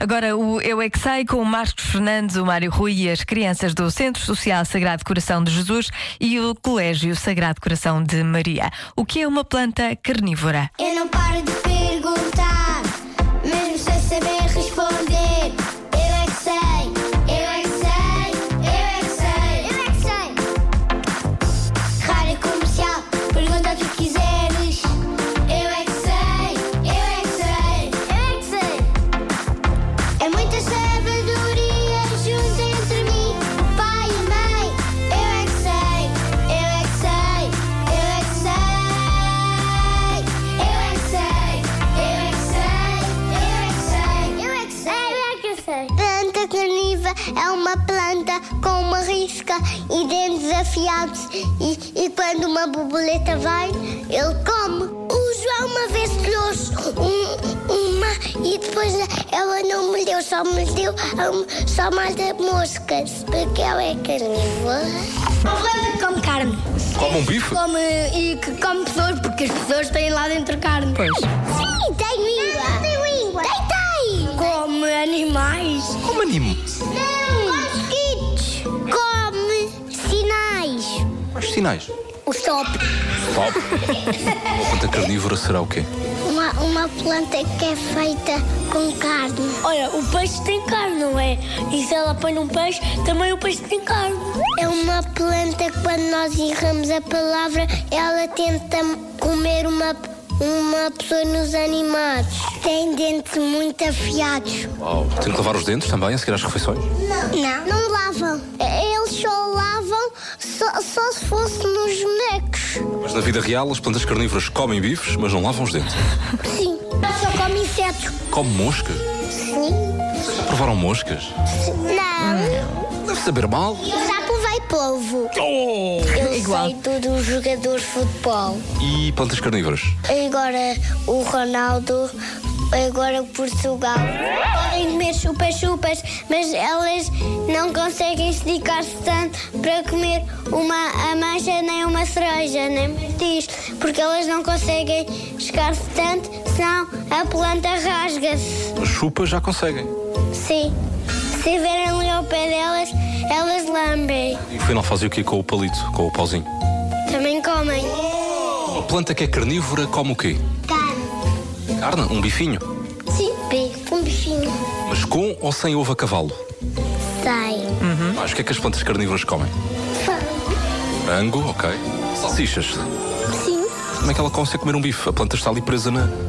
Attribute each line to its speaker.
Speaker 1: Agora, o Eu É Que Sei, com o Marcos Fernandes, o Mário Rui e as crianças do Centro Social Sagrado Coração de Jesus e o Colégio Sagrado Coração de Maria. O que é uma planta carnívora?
Speaker 2: Eu não paro de perguntar, mesmo sem saber responder. Eu é que sei, eu é que sei, eu é que sei, eu é que sei. Rádio comercial, pergunta o que quiseres. Eu é que sei, eu é que sei, eu é que sei. É muita sabedoria junto entre mim, pai e mãe. Eu é que sei, eu é que sei, eu é que sei. Eu é que sei, eu é que sei, eu é que sei. Eu é que sei, eu é que sei. Planta carnívora é uma planta com uma risca e dentes afiados. E, e quando uma borboleta vai, ele come. O João uma vez trouxe um- uma e depois ela não me deu, só me deu hum, só mais de moscas, porque ela é carnívora. Uma planta come carne.
Speaker 3: Como um bife?
Speaker 2: Come, e que come pessoas, porque as pessoas têm lá dentro carne. Pois. Sim, tem língua. Não Ah, tem língua. Tem, tem. Come animais.
Speaker 3: Como um animo?
Speaker 2: Não! Mosquitos! Come sinais!
Speaker 3: Os sinais.
Speaker 2: O stop!
Speaker 3: Top. Uma planta carnívora será o quê?
Speaker 2: Uma, uma planta que é feita com carne.
Speaker 4: Olha, o peixe tem carne, não é? E se ela põe num peixe, também o peixe tem carne.
Speaker 2: É uma planta que quando nós erramos a palavra, ela tenta comer uma, uma pessoa nos animados. Tem dentes muito afiados.
Speaker 3: Uau. Tenho que lavar os dentes também, a seguir às refeições?
Speaker 2: Não. Não lavam. Eles só lavam só, só se fosse nos bonecos.
Speaker 3: Mas na vida real, as plantas carnívoras comem bifes, mas não lavam os dentes.
Speaker 2: Sim. Só come insetos.
Speaker 3: Comem moscas.
Speaker 2: Sim.
Speaker 3: Já provaram moscas?
Speaker 2: Não.
Speaker 3: Deve saber mal.
Speaker 2: Eu já provei polvo.
Speaker 3: Oh!
Speaker 2: Eu
Speaker 1: Igual.
Speaker 2: sei tudo um jogador de futebol.
Speaker 3: E plantas carnívoras?
Speaker 2: Agora o Ronaldo, agora o Portugal. Podem comer chupas-chupas, mas elas não conseguem esticar-se tanto para comer uma ameixa nem uma cereja, nem martis, porque elas não conseguem chegar-se tanto, senão a planta rasga-se.
Speaker 3: As chupas já conseguem.
Speaker 2: Sim. Se verem ali ao pé delas, elas lambem.
Speaker 3: E no final fazem o quê com o palito, com o pauzinho?
Speaker 2: Também comem.
Speaker 3: Uma planta que é carnívora come o quê?
Speaker 2: Carne.
Speaker 3: Carne, um bifinho.
Speaker 2: Sim. Bico, um bichinho.
Speaker 3: Mas com ou sem ovo a cavalo?
Speaker 2: Sai.
Speaker 3: Mas o que é que as plantas carnívoras comem? Frango, ok. Salsichas.
Speaker 2: Sim.
Speaker 3: Como é que ela consegue comer um bife? A planta está ali presa na.
Speaker 2: é é